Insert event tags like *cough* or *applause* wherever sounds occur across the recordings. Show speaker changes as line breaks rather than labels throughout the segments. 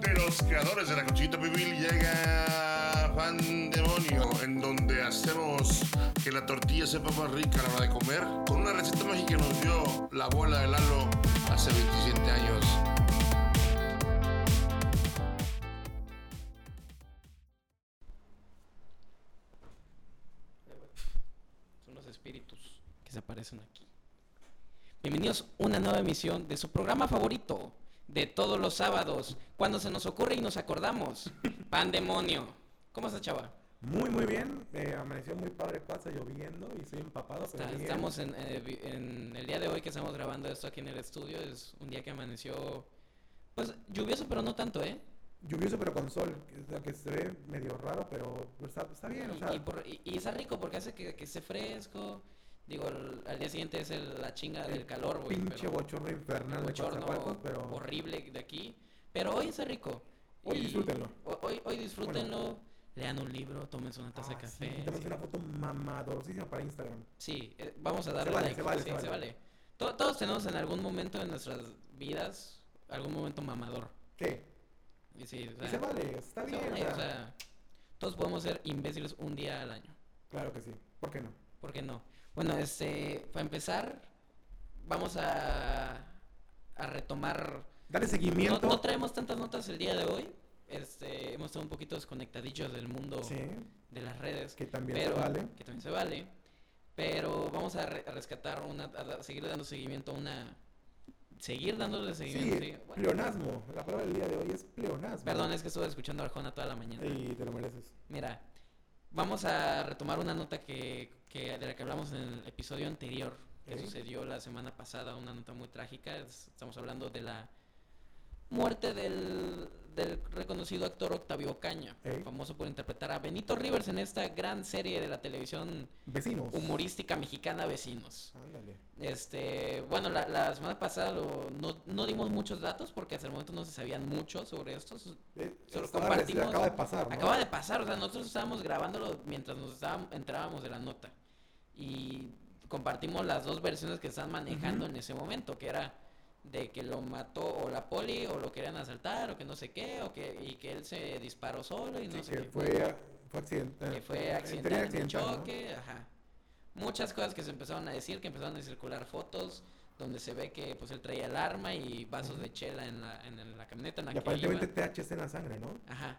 de los creadores de la Cochita Pibil llega Pandemonio, en donde hacemos que la tortilla sepa más rica a la hora de comer, con una receta mágica que nos dio la abuela de Lalo hace 27 años.
Son los espíritus que se aparecen aquí. Bienvenidos a una nueva emisión de su programa favorito de todos los sábados, cuando se nos ocurre y
*laughs*
nos acordamos. Pandemonio. ¿Cómo estás, chava?
Muy, muy bien. Eh, amaneció muy padre, pasa lloviendo y estoy empapado. pero
Está-
bien.
estamos en, eh, vi- en el día de hoy que estamos grabando esto aquí en el estudio. Es un día que amaneció, pues lluvioso, pero no tanto, ¿eh?
Lluvioso, pero con sol. que- o sea, que se ve medio raro, pero pero está, está bien. O sea,
Y, por- y- y está rico porque hace que, que esté fresco. Digo, el- al día siguiente es el- la chinga del calor, güey.
pinche
pero-
bochorno infernal de
bochorno
Coatzacoalcos, pero
horrible de aquí. Pero hoy está rico.
Hoy
Y
disfrútenlo.
ho- Hoy, hoy disfrútenlo. Lean un libro, tómense una taza
Ah,
de café.
sí,
Sí,
tenemos una foto mamadorosísima para Instagram.
eh, vamos a darle
vale,
like.
se vale,
sí,
se vale.
se vale. To- Todos tenemos en algún momento de nuestras vidas algún momento mamador.
¿Qué?
Y sí, o
Y
sea,
se vale, está
se
bien.
vale,
o sea,
o sea, todos podemos ser imbéciles un día al año.
Claro que sí. ¿Por qué no?
¿Por qué no? Bueno, este, para empezar, vamos a, a retomar
Dale
No,
seguimiento.
no traemos tantas notas el día de hoy. Este, hemos estado un poquito desconectadillos del mundo
Sí,
de las redes,
que también se
pero
vale.
que también se vale. Pero vamos a, re- a rescatar una, a da- seguir dando seguimiento a una, seguir dándole seguimiento.
Sí,
sí, bueno.
pleonasmo. La palabra del día de hoy es pleonasmo.
Perdón, es que estuve escuchando a Arjona toda la mañana.
Y te lo mereces.
Mira, vamos a retomar una nota que, que- de la que hablamos en el episodio anterior, que
Ok.
sucedió la semana pasada, una nota muy trágica. Es- Estamos hablando de la muerte del, del reconocido actor Octavio Ocaña,
Ey.
famoso por interpretar a Benito Rivers en esta gran serie de la televisión
Vecinos.
humorística mexicana Vecinos.
Ándale.
Este, bueno, la, la semana pasada lo- no, no dimos muchos datos porque hasta el momento no se sabían mucho sobre esto. Sus-
Eh,
Se lo
estaba recién-
compartimos.
Acaba de pasar, ¿no?
Acaba de pasar, o sea, nosotros estábamos grabándolo mientras nos estábamos, entrábamos de la nota. Y compartimos las dos versiones que están manejando en ese momento, que era de que lo mató o la poli o lo querían asaltar o que no sé qué, o que y que él se disparó solo y no
Sí,
sé
que
qué.
fue, fue accidental.
que fue
Tenía
accidental en un
accidental, ¿no?
choque, ajá. Muchas cosas que se empezaron a decir, que empezaron a circular fotos donde se ve que pues él traía el arma y vasos de chela en la, en, la camioneta en la
Y
que
aparentemente
iba.
THC en la sangre, ¿no?
Ajá.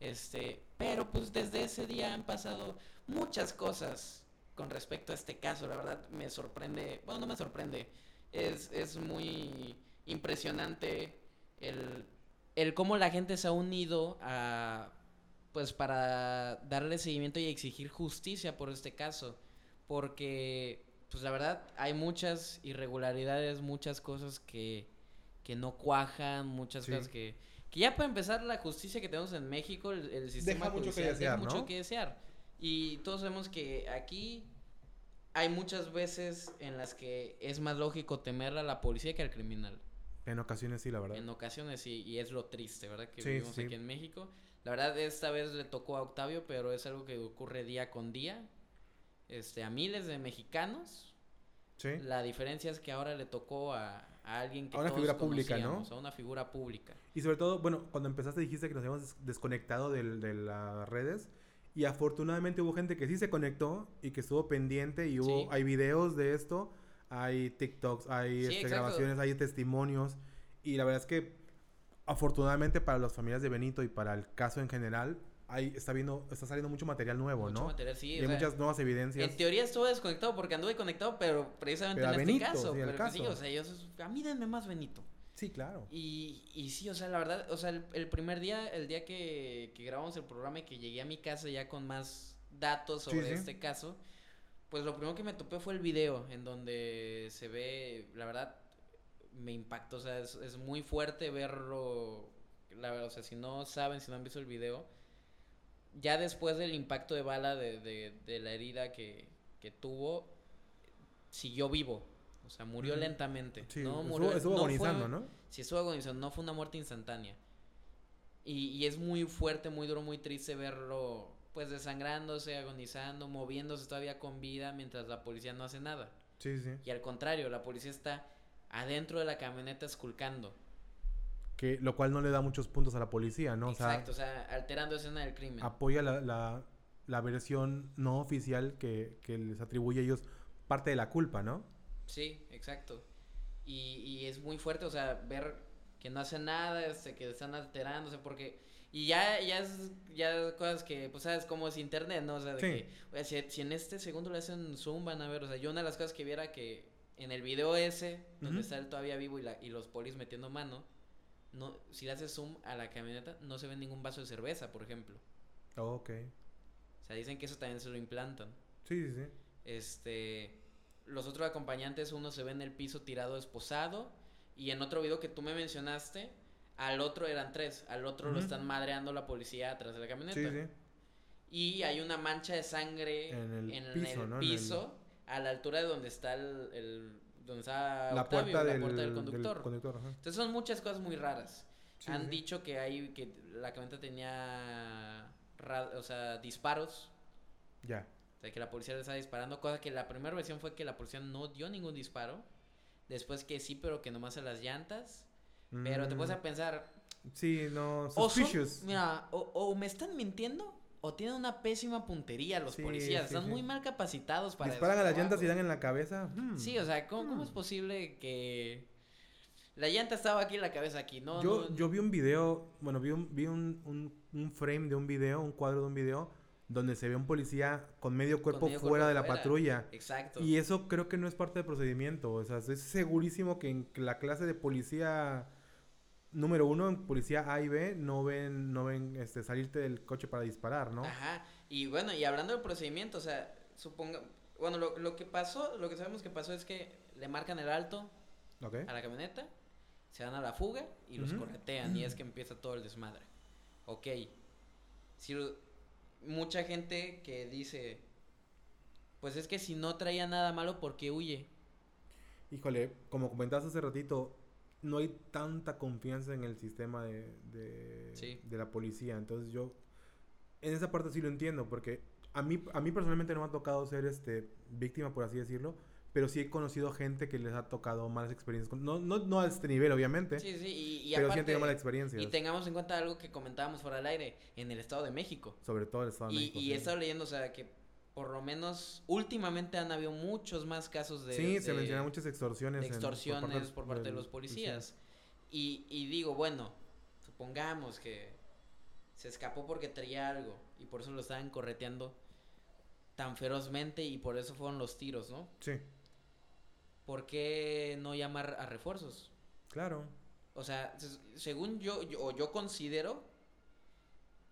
Este, pero pues desde ese día han pasado muchas cosas con respecto a este caso. La verdad me sorprende, bueno, no me sorprende. Es, es muy impresionante el, el cómo la gente se ha unido a, pues para darle seguimiento y exigir justicia por este caso. Porque, pues la verdad, hay muchas irregularidades, muchas cosas que, que no cuajan, muchas
Sí.
cosas que... Que ya para empezar, la justicia que tenemos en México, el, el sistema
mucho que
judicial
desear,
deja mucho
¿no?
que desear. Y todos sabemos que aquí hay muchas veces en las que es más lógico temer a la policía que al criminal.
En ocasiones sí, la
En ocasiones, y, y es lo triste, ¿verdad? Que
Sí,
vivimos
sí.
aquí en México. La verdad, esta vez le tocó a Octavio, pero es algo que ocurre día con día. Este, a miles de mexicanos.
Sí.
La diferencia es que ahora le tocó a, a alguien que
A una
todos
figura pública, ¿no?
conocíamos, A una figura pública.
Y sobre todo, bueno, cuando empezaste dijiste que nos habíamos des- desconectado del- de, las redes. Y afortunadamente hubo gente que sí se conectó y que estuvo pendiente. Y hubo,
Sí.
hay videos de esto, hay TikToks, hay
Sí,
este,
exacto.
grabaciones, hay testimonios. Y la verdad es que afortunadamente para las familias de Benito y para el caso en general, ahí está, viendo, está saliendo mucho material nuevo,
Mucho
¿no?
material, sí,
y
o
hay
sea,
muchas nuevas evidencias.
En teoría estuve desconectado porque anduve conectado, pero precisamente
Pero
en
a
este
Benito,
caso.
sí, al
pero pues sí,
caso.
o sea, yo, a mí denme más Benito.
Sí, claro.
Y, y sí, o sea, la verdad, o sea, el, el primer día, el día que, que grabamos el programa y que llegué a mi casa ya con más datos
Sí,
sobre
sí.
este caso, pues lo primero que me topé fue el video, en donde se ve, la verdad, me impactó, o sea, es, es muy fuerte verlo, la verdad, o sea, si no saben, si no han visto el video, ya después del impacto de bala de, de- de la herida que, que tuvo, siguió vivo, o sea, murió
Ujú.
lentamente.
Sí,
no
estuvo,
murió,
estuvo
no fue-
agonizando, ¿no?
si estuvo agonizando, no fue una muerte instantánea. Y, y es muy fuerte, muy duro, muy triste verlo pues desangrándose, agonizando, moviéndose todavía con vida mientras la policía no hace nada.
Sí, sí.
Y al contrario, la policía está adentro de la camioneta esculcando.
que lo cual no le da muchos puntos a la policía, ¿no? O sea,
Exacto, o sea, alterando escena del crimen.
apoya la, la- la versión no oficial que, que les atribuye a ellos parte de la culpa, ¿no?
Sí, exacto. Y, y es muy fuerte, o sea, ver que no hacen nada, este, que están alterándose, porque... Y ya, ya es ya cosas que, pues, sabes cómo es internet, ¿no? O sea, de
Sí.
que, oye, si, si en este segundo le hacen zoom, van a ver, o sea, yo una de las cosas que viera que en el video ese, donde
Ujú.
está él todavía vivo y, la, y los polis metiendo mano, no, si le haces zoom a la camioneta, no se ve ningún vaso de cerveza, por ejemplo.
Ok.
O sea, dicen que eso también se lo implantan.
Sí, sí, sí.
Este, los otros acompañantes, uno se ve en el piso tirado esposado. Y en otro video que tú me mencionaste, al otro eran tres. Al otro lo
Ujú.
están madreando la policía atrás de la camioneta.
Sí, sí.
Y hay una mancha de sangre
En el piso, ¿no? En el-
piso, a la altura de donde está el. el- donde está
La
Octavio,
puerta,
la
del,
puerta del
del
conductor.
conductor, ajá.
Entonces son muchas cosas muy raras.
Sí,
Han
sí.
dicho que hay que la camioneta tenía ra- o sea, disparos
Ya.
o sea, que la policía le estaba disparando, cosa que la primera versión fue que la policía no dio ningún disparo. Después que sí, pero que nomás a las llantas. Pero te
Mm,
puedes a pensar,
Sí, no.
o, son-
Suspicious.
mira, o, o me están mintiendo o tienen una pésima puntería los
Sí,
policías.
sí,
Están
sí.
muy mal capacitados para
Disparan
su
a las llantas y
trabajo.
dan en la cabeza. mm.
Sí, o sea, ¿cómo, cómo es posible que la llanta estaba aquí y la cabeza aquí? No,
yo,
no-
yo vi un video, bueno, vi, un, vi un, un- un frame de un video, un cuadro de un video, donde se ve un policía con medio cuerpo
medio cuerpo
fuera de la
fuera.
patrulla.
Exacto.
Y eso creo que no es parte del procedimiento. O sea, estoy segurísimo que en la clase de policía número uno, en policía A y B, no ven, no ven este, salirte del coche para disparar, ¿no?
Ajá. Y bueno, y hablando del procedimiento, o sea, suponga, bueno, lo, lo que pasó, lo que sabemos que pasó es que le marcan el alto
¿Ok?
a la camioneta, se van a la fuga y los
¿Eh? Ujú.
corretean y es que empieza todo el desmadre. Ok. Si lo- mucha gente que dice, pues es que si no traía nada malo, ¿por qué huye?
Híjole, como comentaste hace ratito, no hay tanta confianza en el sistema de, de,
Sí.
de la policía. Entonces yo, en esa parte sí lo entiendo, porque a mí, a mí personalmente no me ha tocado ser este, víctima, por así decirlo, pero sí he conocido gente que les ha tocado malas experiencias. con- no, no, no a este nivel, obviamente,
Sí, sí, y, y
pero sí han
aparte,
tenido malas experiencias.
y tengamos en cuenta algo que comentábamos fuera del aire, en el Estado de México.
Sobre todo el Estado de
Y,
México.
y
sí.
he estado leyendo, o sea, que por lo menos últimamente han habido muchos más casos de,
Sí, se
de-
mencionan muchas
de
extorsiones. en-
extorsiones por parte de,
del-
los policías. Y, y digo, bueno, supongamos que se escapó porque traía algo y por eso lo estaban correteando tan ferozmente y por eso fueron los tiros, ¿no?
Sí,
¿Por qué no llamar a refuerzos?
claro.
O sea, se- según yo, yo, o yo considero,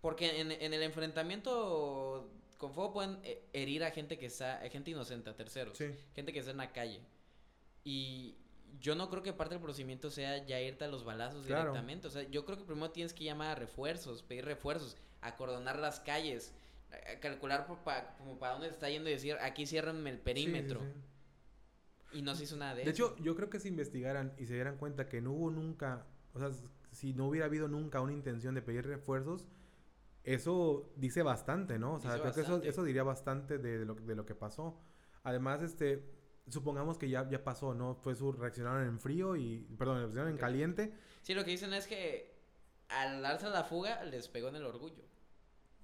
porque en, en el enfrentamiento con fuego pueden eh, herir a gente que está, a gente inocente, a terceros,
Sí.
gente que está en la calle. Y yo no creo que parte del procedimiento sea ya irte a los balazos
Claro.
directamente. O sea, yo creo que primero tienes que llamar a refuerzos, pedir refuerzos, acordonar las calles, eh, calcular por pa- como para dónde se está yendo y decir, aquí ciérrenme el
Sí, sí,
perímetro.
sí.
Y no se hizo nada de,
De
eso.
hecho, yo creo que si investigaran y se dieran cuenta que no hubo nunca, o sea, s- si no hubiera habido nunca una intención de pedir refuerzos, eso dice bastante, ¿no? O sea,
Dice
creo que
bastante.
eso, eso diría bastante de, de lo, de lo que pasó. Además, este, supongamos que ya, ya pasó, ¿no? Fue su, reaccionaron en frío y, perdón, reaccionaron en caliente.
Sí, lo que dicen es que al darse la fuga les pegó en el orgullo.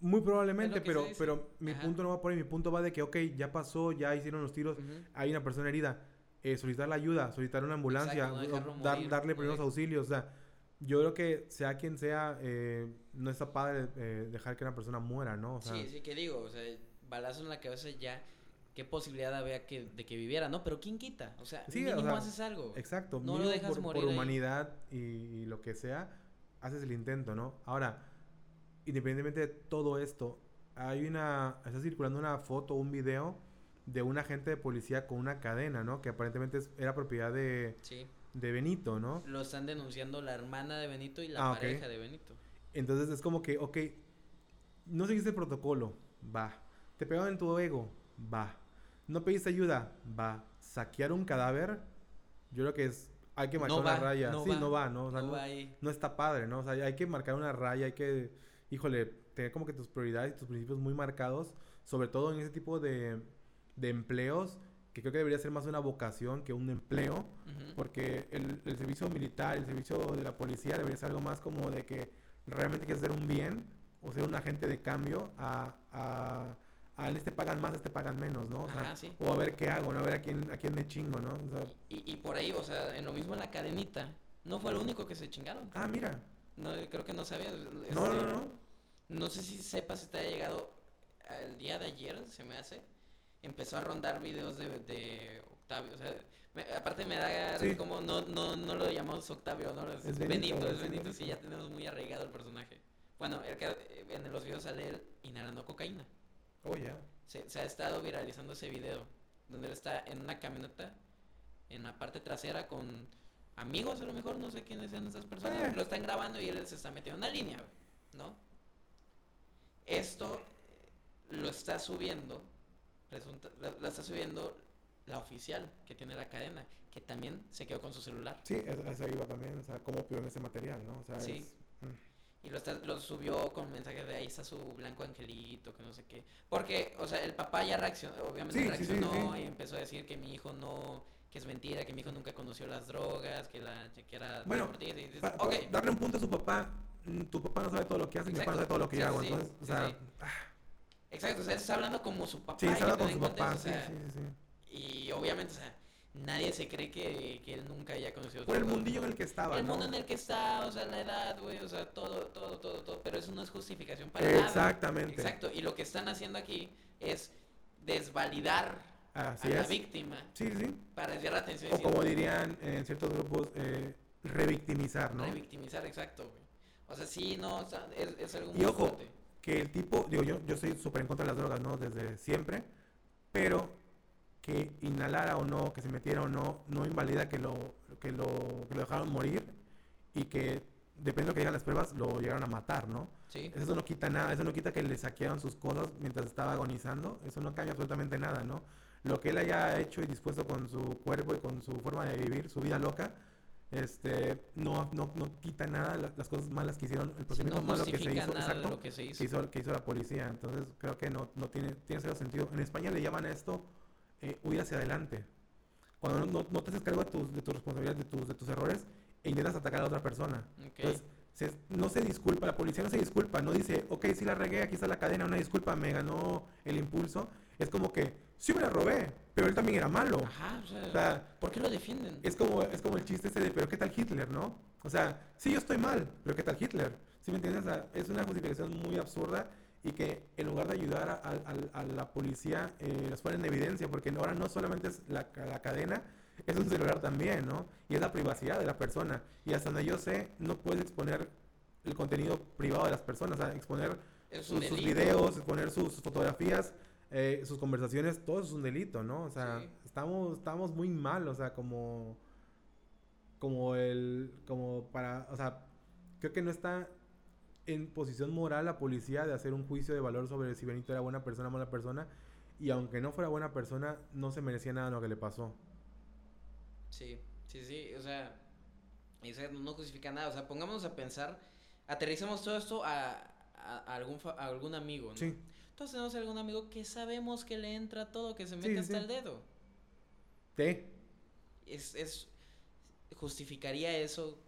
Muy probablemente,
que se
pero,
dice.
pero mi
Ajá.
punto no va por ahí, mi punto va de que, ok, ya pasó, ya hicieron los tiros, hay una persona herida, eh, solicitar la ayuda, solicitar una ambulancia,
Exacto, no
o-
dejarlo
dar-
morir,
darle
no
primeros
dejar-
auxilios. O sea, yo creo que sea quien sea, eh, no está padre eh, dejar que una persona muera, ¿no? O sea,
sí, sí, que digo, o sea, balazo en la cabeza ya, qué posibilidad había que, de que viviera, ¿no? Pero ¿quién quita? O sea,
Sí, o
mínimo
sea,
haces algo.
Exacto,
No lo
mínimo
dejas
por,
morir
por
ahí.
humanidad y, y lo que sea, haces el intento, ¿no? Ahora, independientemente de todo esto, hay una, está circulando una foto, un video de un agente de policía con una cadena, ¿no? Que aparentemente es- era propiedad de,
Sí,
de Benito, ¿no?
lo están denunciando la hermana de Benito y la
Ah, ok.
pareja de Benito.
Entonces es como que, ok, no seguiste el protocolo, va. Te pegaron en tu ego, va. No pediste ayuda, va. Saquear un cadáver, yo creo que es, hay que marcar
No
una
va,
raya.
no
sí,
va,
no va, ¿no? O sea,
no
no,
va ahí.
no está padre, ¿no? O sea, hay que marcar una raya, hay que, híjole, tener como que tus prioridades y tus principios muy marcados, sobre todo en ese tipo de, de empleos
que creo que debería ser más una vocación que un empleo,
Ujú.
porque el, el servicio militar, el servicio de la policía debería ser algo más como de que realmente quieres hacer un bien o ser un agente de cambio a, a, a en este pagan más, este pagan menos, ¿no? O, sea,
Ajá, sí.
o a ver qué hago, ¿no? A ver a quién, a quién me chingo, ¿no? O sea,
Y, y por ahí, o sea, en lo mismo en la cadenita, no fue el único que se chingaron.
ah, mira.
No, eh, creo que no sabía. este,
No, no, no.
no sé si sepas si te ha llegado al día de ayer, se me hace. Empezó a rondar videos de, de Octavio. O sea, me- aparte me da
Sí.
como no, no, no lo llamamos Octavio, no es,
Es
Benito,
Benito,
es
sí.
Benito, sí, ya tenemos muy arraigado el personaje. Bueno, el que, eh, en los videos sale él inhalando cocaína.
Oh, ya.
Se, se ha estado viralizando ese video donde él está en una camioneta en la parte trasera con amigos a lo mejor no sé quiénes sean esas personas
Eh.
lo están grabando y él se está metiendo en una línea güey, no esto eh, lo está subiendo resulta, la, la está subiendo la oficial que tiene la cadena que también se quedó con su celular
Sí, es- a eso iba también, o sea, cómo pidieron ese material, ¿no? O sea,
Sí.
es- mm.
y lo, está- lo subió con mensajes de ahí está su blanco angelito, que no sé qué. Porque, o sea, el papá ya reaccionó, obviamente
Sí, sí, sí,
reaccionó
sí.
y empezó a decir que mi hijo no, que es mentira, que mi hijo nunca conoció las drogas, que, la, que era...
Bueno,
deportista, y dices,
Pa- pa-
ok,
Darle un punto a su papá, mm, tu papá no sabe todo lo que hace, mi papá no
Exacto.
sabe todo lo que
Sí,
yo hago,
sí,
entonces, o
sí,
sea,
sí. exacto, o sea, está hablando como su papá.
sí,
y
se habla
que pues,
con
te
su
den
papá, sí,
contexto, o sea,
sí, sí, sí.
Y obviamente, o sea, nadie se cree que, que él nunca haya conocido...
Por el
drogas.
mundillo en el que estaba,
pues, El
¿no?
mundo en el que está, o sea, la edad, güey, o sea, todo, todo, todo, todo, pero eso no es justificación para nada.
Exactamente.
Exacto, y lo que están haciendo aquí es desvalidar
Así
a la
es.
víctima
Sí, sí.
para desviar la atención y
O
decir,
como dirían en ciertos grupos, eh, revictimizar, ¿no?
revictimizar, exacto, güey. O sea, sí, no, o sea, es, es algo
Y
muy
ojo.
fuerte.
Que el tipo, digo, yo, yo soy súper en contra de las drogas, ¿no? Desde siempre, pero que inhalara o no, que se metiera o no, no invalida que lo, que lo, que lo dejaron morir y que, depende de lo que digan las pruebas, lo llegaron a matar, ¿no?
Sí,
Eso no quita nada, eso no quita que le saquearon sus cosas mientras estaba agonizando, eso no cambia absolutamente nada, ¿no? Lo que él haya hecho y dispuesto con su cuerpo y con su forma de vivir, su vida loca, este, no, no, no quita nada la- las cosas malas que hicieron, el
Sí,
procedimiento
no
malo que se
justifica
hizo,
nada de
exacto,
lo que se hizo.
que hizo, que hizo la policía. Entonces creo que no, no tiene, tiene cero sentido. En España le llaman a esto eh, huir hacia adelante. Cuando no, no, no te haces cargo de tus, de tus responsabilidades, de tus, de tus errores, e intentas atacar a otra persona.
Ok.
Entonces, se- no se disculpa, la policía no se disculpa, no dice, ok, sí la regué, aquí está la cadena, una disculpa, me ganó el impulso. Es como que, sí me la robé, pero él también era malo.
Ajá, o sea,
O sea,
¿por qué lo defienden?
es como, es como el chiste ese de, pero ¿qué tal Hitler, no? O sea, sí, yo estoy mal, pero ¿qué tal Hitler? ¿Sí me entiendes? O sea, es una justificación muy absurda y que en lugar de ayudar a, a- a- a la policía, eh, las pone en evidencia, porque ahora no solamente es la, ca- la cadena, es un celular también, ¿no? Y es la privacidad de la persona. Y hasta donde yo sé, no puedes exponer el contenido privado de las personas, o sea, exponer
Es un
sus, sus
delito.
videos, exponer sus, sus fotografías, eh, sus conversaciones, todo eso es un delito, ¿no? O sea,
Sí.
estamos, estamos muy mal, o sea, como, como el, como para, o sea, creo que no está en posición moral la policía de hacer un juicio de valor sobre si Benito era buena persona o mala persona, y aunque no fuera buena persona, no se merecía nada de lo que le pasó.
Mm. Sí, sí, sí, o sea, y, o sea, no justifica nada, o sea, pongámonos a pensar, aterricemos todo esto a, a- a algún, fa- a algún amigo, ¿no?
Sí,
Entonces tenemos algún amigo que sabemos que le entra todo, que se
Sí,
mete
sí,
hasta
sí.
el dedo.
te,
es, es justificaría eso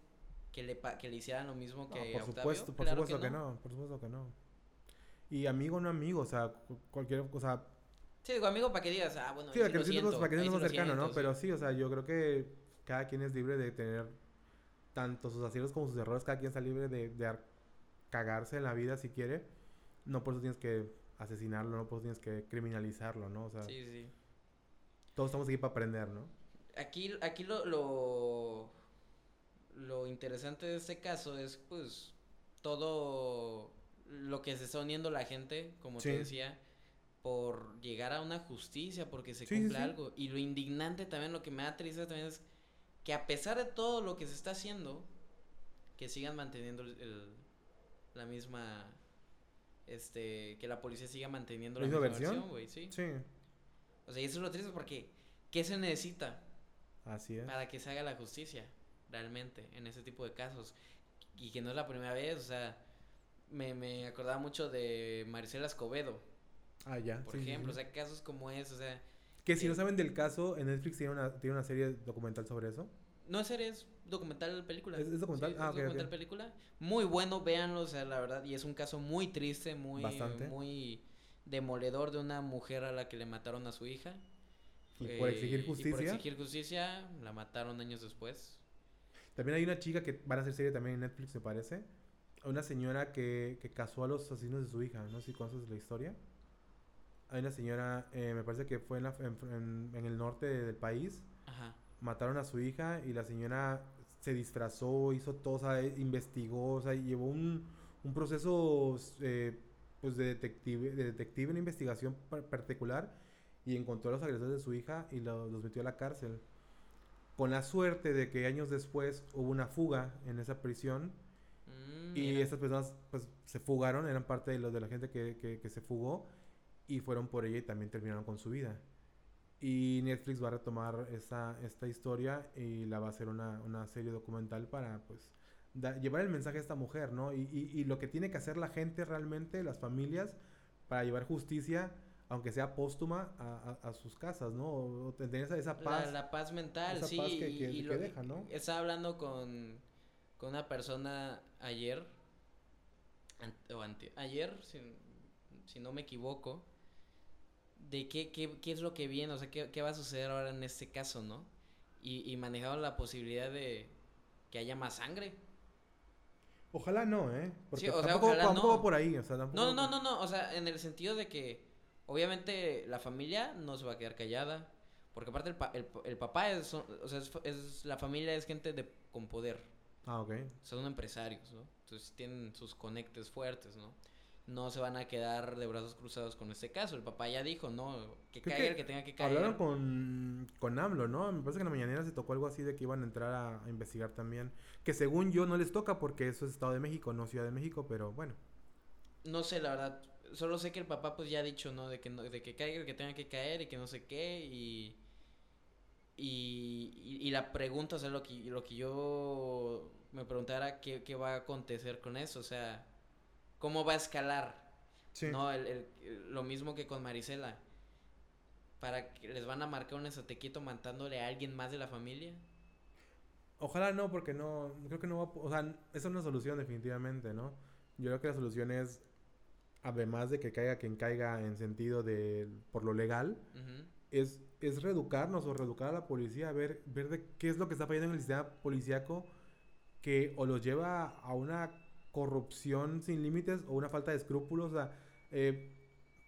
que le pa- que le hicieran lo mismo
No,
que
por
a Octavio?
supuesto, por
Claro
supuesto que no. por supuesto que no. Y amigo no amigo, o sea, cu- cualquier, o sea,
Sí, digo, amigo, para que digas, ah, bueno,
Sí,
ahí
para que
lo
nos sientas-
siento,
para que
ahí
sientas
sí
más
lo
cercano, ¿no?
siento,
Pero sí, o sea, yo creo que cada quien es libre de tener tanto sus aciertos como sus errores, cada quien está libre de, de ar- cagarse en la vida si quiere. No por eso tienes que asesinarlo, no por eso tienes que criminalizarlo, ¿no? O sea,
sí. Sí, sí.
todos estamos aquí para aprender, ¿no?
Aquí, aquí lo, lo, lo interesante de este caso es, pues, todo lo que se está uniendo la gente, como
Sí.
te decía, por llegar a una justicia, porque se
Sí, sí,
cumpla
sí.
algo. Y lo indignante también, lo que me da tristeza también es que a pesar de todo lo que se está haciendo, que sigan manteniendo el, el- la misma... Este, que la policía siga manteniendo la
¿La
misma
misma
versión,
versión?
güey, sí.
Sí,
O sea, y eso es lo triste porque, ¿qué se necesita?
así es.
para que se haga la justicia realmente en ese tipo de casos y que no es la primera vez, o sea, me, me acordaba mucho de Marcela Escobedo,
Ah, ya.
por
sí, sí,
ejemplo,
sí.
o sea, casos como ese, o sea,
Que si
Eh,
no saben del caso, en Netflix tiene una, tiene una serie documental sobre eso.
No es serie, es documental película.
¿Es- es documental?
Sí,
Ah,
es
ok, ok.
documental película. Muy bueno, véanlo, o sea, la verdad. Y es un caso muy triste, muy,
Bastante.
muy demoledor de una mujer a la que le mataron a su hija.
Y por
Eh,
exigir
Y por
justicia.
exigir justicia, la mataron años después.
También hay una chica que van a hacer serie también en Netflix, me parece. Una señora que, que casó a los asesinos de su hija. No sé si conoces la historia. Hay una señora, eh, me parece que fue en, la- en- en- en el norte del país.
Ajá.
Mataron a su hija y la señora se disfrazó, hizo todo, o sea, eh, investigó, o sea, llevó un, un proceso eh, pues de detective, de detective, una investigación par- particular y encontró a los agresores de su hija y lo- los metió a la cárcel. Con la suerte de que años después hubo una fuga en esa prisión
Mm,
y
mira.
estas personas pues se fugaron, eran parte de los de la gente que, que- que se fugó y fueron por ella y también terminaron con su vida. Y Netflix va a retomar esa, esta historia y la va a hacer una, una serie documental para pues da- llevar el mensaje a esta mujer, ¿no? Y, y- y lo que tiene que hacer la gente realmente, las familias, para llevar justicia, aunque sea póstuma, a, a- a sus casas, ¿no? O, o tener esa, esa
La-
paz.
La, paz mental,
esa
sí.
paz que-
y-
que-
y
que
lo-
deja, ¿no?
Estaba hablando con, con una persona ayer, ant- o ante- ayer, si, si no me equivoco, de qué, qué, qué es lo que viene, o sea, qué, qué va a suceder ahora en este caso, ¿no? Y, y manejaban la posibilidad de que haya más sangre.
Ojalá no, ¿eh? Porque
o sea,
tampoco,
ojalá
tampoco
no.
por ahí, o sea, tampoco...
No, no, no, no, o sea, en el sentido de que obviamente la familia no se va a quedar callada, porque aparte el, pa- el, pa- el papá es, o sea, es, es- la familia es gente de, con poder,
Ah, ok.
son empresarios, ¿no? Entonces tienen sus conectes fuertes, ¿no? No se van a quedar de brazos cruzados con este caso, el papá ya dijo, ¿no? Que
Creo
caiga
que
el que tenga que caer.
Hablaron con, con AMLO, ¿no? Me parece que en la mañanera se tocó algo así de que iban a entrar a, a investigar también. Que según yo no les toca porque eso es Estado de México, no Ciudad de México, pero bueno.
No sé, la verdad, solo sé que el papá pues ya ha dicho, ¿no? De que, no- de que caiga el que tenga que caer y que no sé qué y... Y, y- y la pregunta, o sea, lo que, lo que yo me preguntara, ¿qué, ¿qué va a acontecer con eso? O sea, ¿cómo va a escalar?
Sí.
No, el- el- el- lo mismo que con Marisela. Para que les van a marcar un esotequito matándole a alguien más de la familia.
Ojalá no, porque no, creo que no va, a po- o sea, n- esa no es una solución definitivamente, ¿no? Yo creo que la solución es, además de que caiga quien caiga en sentido de, por lo legal,
Ujú.
es, es reeducarnos o reeducar a la policía, a ver, ver de qué es lo que está fallando en el sistema policíaco que o los lleva a una corrupción sin límites o una falta de escrúpulos. o sea, eh,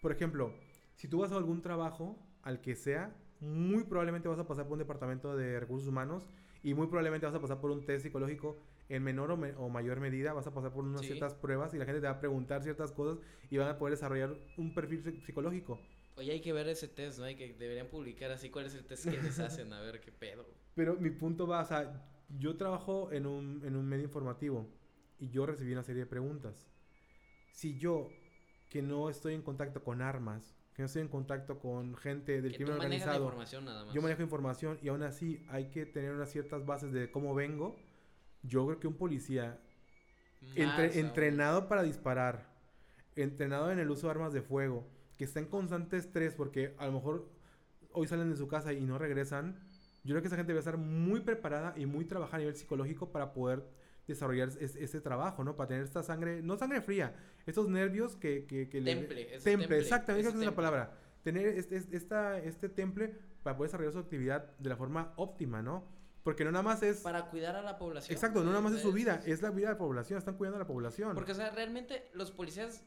por ejemplo, si tú vas a algún trabajo, al que sea, muy probablemente vas a pasar por un departamento de recursos humanos y muy probablemente vas a pasar por un test psicológico. En menor o, me- o mayor medida vas a pasar por unas
Sí.
ciertas pruebas y la gente te va a preguntar ciertas cosas y van a poder desarrollar un perfil psi- psicológico.
Oye, hay que ver ese test, ¿no? Hay que deberían publicar así cuál es el test que les hacen, a ver qué pedo.
Pero mi punto va, o sea, yo trabajo en un, en un medio informativo y yo recibí una serie de preguntas. Si yo, que no estoy en contacto con armas, que no estoy en contacto con gente del
Que tú
crimen
manejas la
organizado,
información nada más.
yo manejo información y aún así hay que tener unas ciertas bases de cómo vengo, yo creo que un policía
Mm.
entre-
Más aún.
entrenado para disparar, entrenado en el uso de armas de fuego, que está en constante estrés porque a lo mejor hoy salen de su casa y no regresan, yo creo que esa gente debe estar muy preparada y muy trabajada a nivel psicológico para poder desarrollar es- ese trabajo, ¿no? Para tener esta sangre, no sangre fría, estos nervios que... que, que le-
Temple, ese
temple,
temple,
exactamente,
ese
esa es la
temple.
palabra. Tener este, este- esta, este temple para poder desarrollar su actividad de la forma óptima, ¿no? Porque no nada más es...
Para cuidar a la población. Pues,
Exacto, no nada más es su vida,
es-
es la vida de la población, están cuidando a la población.
Porque, o sea, realmente los policías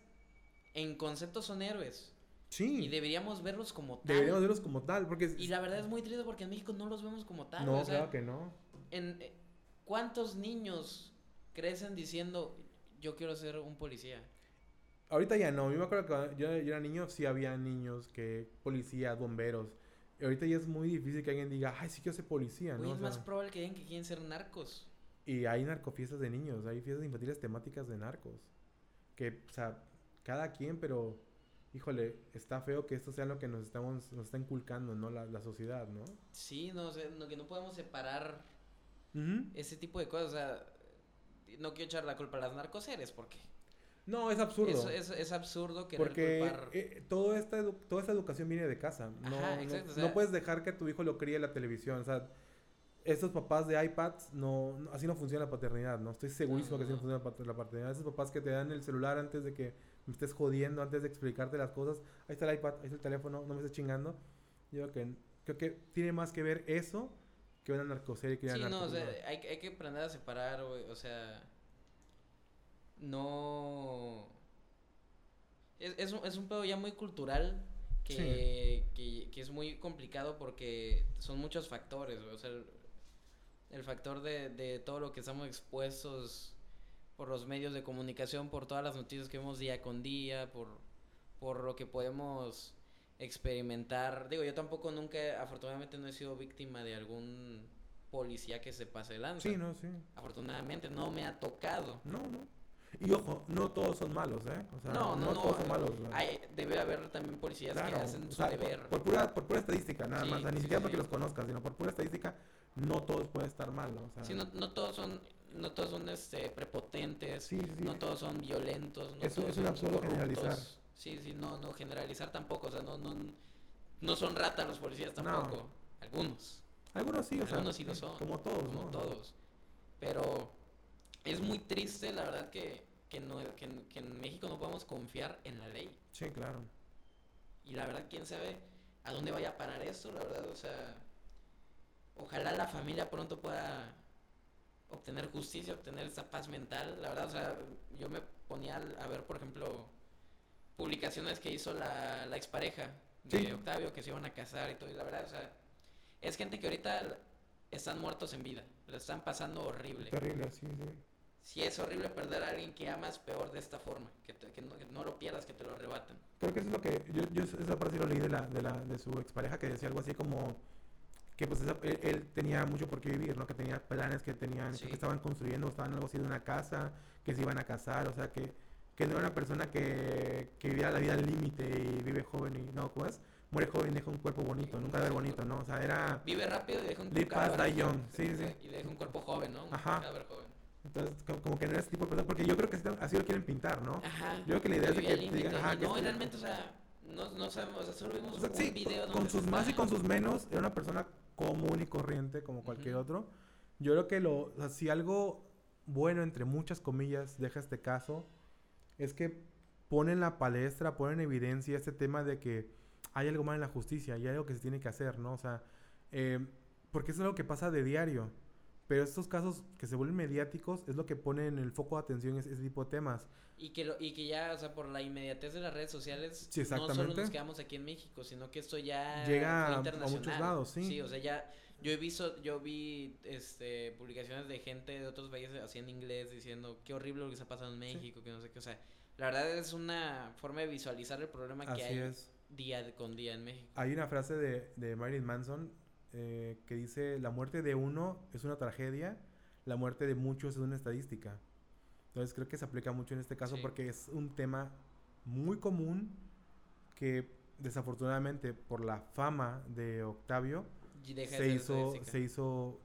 en concepto son héroes. Y
sí,
deberíamos verlos como tal.
deberíamos verlos como tal, porque
Y la verdad es muy triste porque en México no los vemos como tal.
no,
o sea,
claro que no.
en eh, cuántos niños crecen diciendo yo quiero ser un policía.
Ahorita ya no, yo me acuerdo que cuando yo, yo era niño, sí había niños que policías, bomberos. Y ahorita ya es muy difícil que alguien diga, "Ay, sí quiero ser policía",
Hoy
¿no?
es
O
más
sea,
probable que digan que quieren ser narcos.
y hay narcofiestas de niños, hay fiestas infantiles temáticas de narcos. Que, o sea, cada quien, pero híjole, está feo que esto sea lo que nos estamos nos está inculcando, ¿no? La, la sociedad, ¿no?
Sí, no, sé, no- que no podemos separar
Ujú.
ese tipo de cosas. O sea, no quiero echar la culpa a las narcoseres porque
No, es absurdo.
Es, es, es absurdo querer
Porque
culpar-
eh, toda, esta edu- toda esta educación viene de casa. No,
Ajá,
no-
exacto, o
no
sea-
puedes dejar que tu hijo lo críe la televisión. O sea, estos papás de iPads, no, no- así no funciona la paternidad, ¿no? Estoy segurísimo
No,
que así no
no.
funciona la pat- la paternidad. Esos papás que te dan el celular antes de que me estés jodiendo, antes de explicarte las cosas. Ahí está el iPad, ahí está el teléfono, no me estés chingando. Yo creo que, creo que tiene más que ver eso que una narcoserie que una
Sí, no, o sea, eh,
narcocultura.
hay, hay que aprender a separar, güey, o sea, no... Es, es, un, es un pedo ya muy cultural que, que, que es muy complicado porque son muchos factores, güey, o sea, el, el factor de, de todo lo que estamos expuestos por los medios de comunicación, por todas las noticias que vemos día con día, por, por lo que podemos experimentar. Digo, yo tampoco nunca, afortunadamente, no he sido víctima de algún policía que se pase de lanza.
Sí, no, sí.
Afortunadamente, no me ha tocado.
No, no. Y ojo, no todos son malos, ¿eh? O sea,
no, no, no.
todos son malos. ¿no?
Hay- debe haber también policías que
Claro,
hacen
o
su
sea,
deber.
Por, pura, por pura estadística, nada
Sí,
más. o sea, ni
sí,
siquiera
sí.
porque los conozcas, sino por pura estadística, no todos pueden estar mal. ¿no? O sea,
Sí, no, no todos son, no todos son este, prepotentes,
Sí, sí, sí.
no todos son violentos. No
Es-
todos
es un
son
absurdo generalizar.
corruptos. Sí, sí, no, no, generalizar tampoco. O sea, no, no, no son ratas los policías
No.
tampoco. Algunos.
Algunos sí, o sea,
Algunos sí lo son,
como todos,
como
¿no?
todos. Pero es muy triste, la verdad, que, que, no, que, que en México no podamos confiar en la ley.
Sí, claro.
Y la verdad, quién sabe a dónde vaya a parar esto, la verdad, o sea, ojalá la familia pronto pueda obtener justicia, obtener esa paz mental, la verdad, o sea, yo me ponía al- a ver, por ejemplo, publicaciones que hizo la, la expareja de
Sí.
Octavio, que se iban a casar y todo, y la verdad, o sea, es gente que ahorita están muertos en vida, lo están pasando horrible.
Terrible, sí, sí.
Si es horrible perder a alguien que amas, peor de esta forma, que, te- que no, que no lo pierdas, que te lo arrebaten.
Creo que eso es lo que. Yo, yo esa parte sí lo leí de, la, de, la, de su expareja que decía algo así como. Que pues esa- él, él tenía mucho por qué vivir, ¿no? Que tenía planes que tenían,
Sí.
que estaban construyendo, estaban algo así de una casa, que se iban a casar, o sea, que, que no era una persona que, que vivía la vida al límite y vive joven y no, pues, muere joven y deja un cuerpo bonito, nunca ver bonito, ¿no? O sea, era.
Vive rápido y deja un
Live fast,
cadáver
die young.
joven,
Sí,
y
sí,
de-
sí.
Y deja un cuerpo joven, ¿no? Un
Ajá.
cadáver joven.
Entonces, co- como que no era ese tipo de persona, porque yo creo que así, así lo quieren pintar, ¿no?
Ajá.
Yo creo que la idea es de
Vivía
que
al
te
límite,
digan, ajá,
y
que
No, y
es-
realmente, o sea, no, no sabemos, o sea, solo vimos
O sea,
un
sí,
video
con- con
donde
sus
se
más y
está-
con sus menos, era una persona común y corriente como cualquier
Ujú.
otro. Yo creo que lo, o sea, si algo bueno, entre muchas comillas, deja este caso, es que ponen la palestra, ponen en evidencia este tema de que hay algo mal en la justicia y hay algo que se tiene que hacer, ¿no? O sea, eh, porque eso es lo que pasa de diario. Pero estos casos que se vuelven mediáticos es lo que pone en el foco de atención ese, ese tipo de temas.
Y que, lo- y que ya, o sea, por la inmediatez de las redes sociales,
Sí,
no solo nos
exactamente.
quedamos aquí en México, sino que esto ya
Llega
fue
a- a
internacional.
muchos lados, sí.
Sí, o sea, ya yo he visto, yo vi este, publicaciones de gente de otros países así en inglés diciendo qué horrible lo que está pasando en México, que no sé qué, o sea, la verdad es una forma de visualizar el problema que
Así
hay
es.
día con día en México.
Hay una frase de, de Marilyn Manson eh, que dice, la muerte de uno es una tragedia, la muerte de muchos es una estadística. Entonces creo que se aplica mucho en este caso
Sí.
porque es un tema muy común que desafortunadamente por la fama de Octavio
Y deja de
se
ser
hizo,
estadística.
se hizo,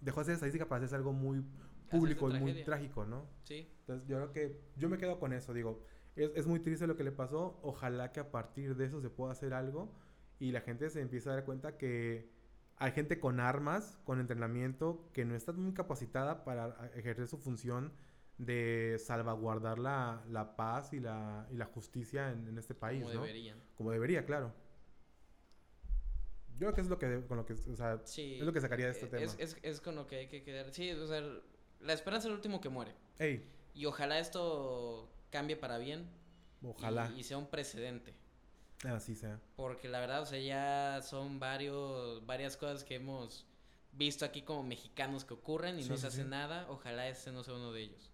dejó de ser estadística para hacerse algo muy
Hacerse
público y muy
tragedia.
trágico, ¿no?
Sí,
Entonces yo creo que yo me quedo con eso, digo, es, es muy triste lo que le pasó, ojalá que a partir de eso se pueda hacer algo y la gente se empieza a dar cuenta que hay gente con armas, con entrenamiento, que no está muy capacitada para a- ejercer su función de salvaguardar la, la paz y la, y la justicia en, en este país,
como
¿no?
deberían.
Como debería, claro. Yo creo que es lo que, de- con lo que, o sea,
Sí.
es lo que sacaría de este
eh,
tema.
Es, es- es con lo que hay que quedar. Sí, o sea, el- la esperanza es el último que muere.
Ey,
Y ojalá esto cambie para bien. y-
ojalá,
Y, sea un precedente.
así sea.
Porque la verdad, o sea, ya son varios, varias cosas que hemos visto aquí como mexicanos que ocurren y
Sí,
no
sí,
se hace
sí.
nada. Ojalá este no sea uno de ellos.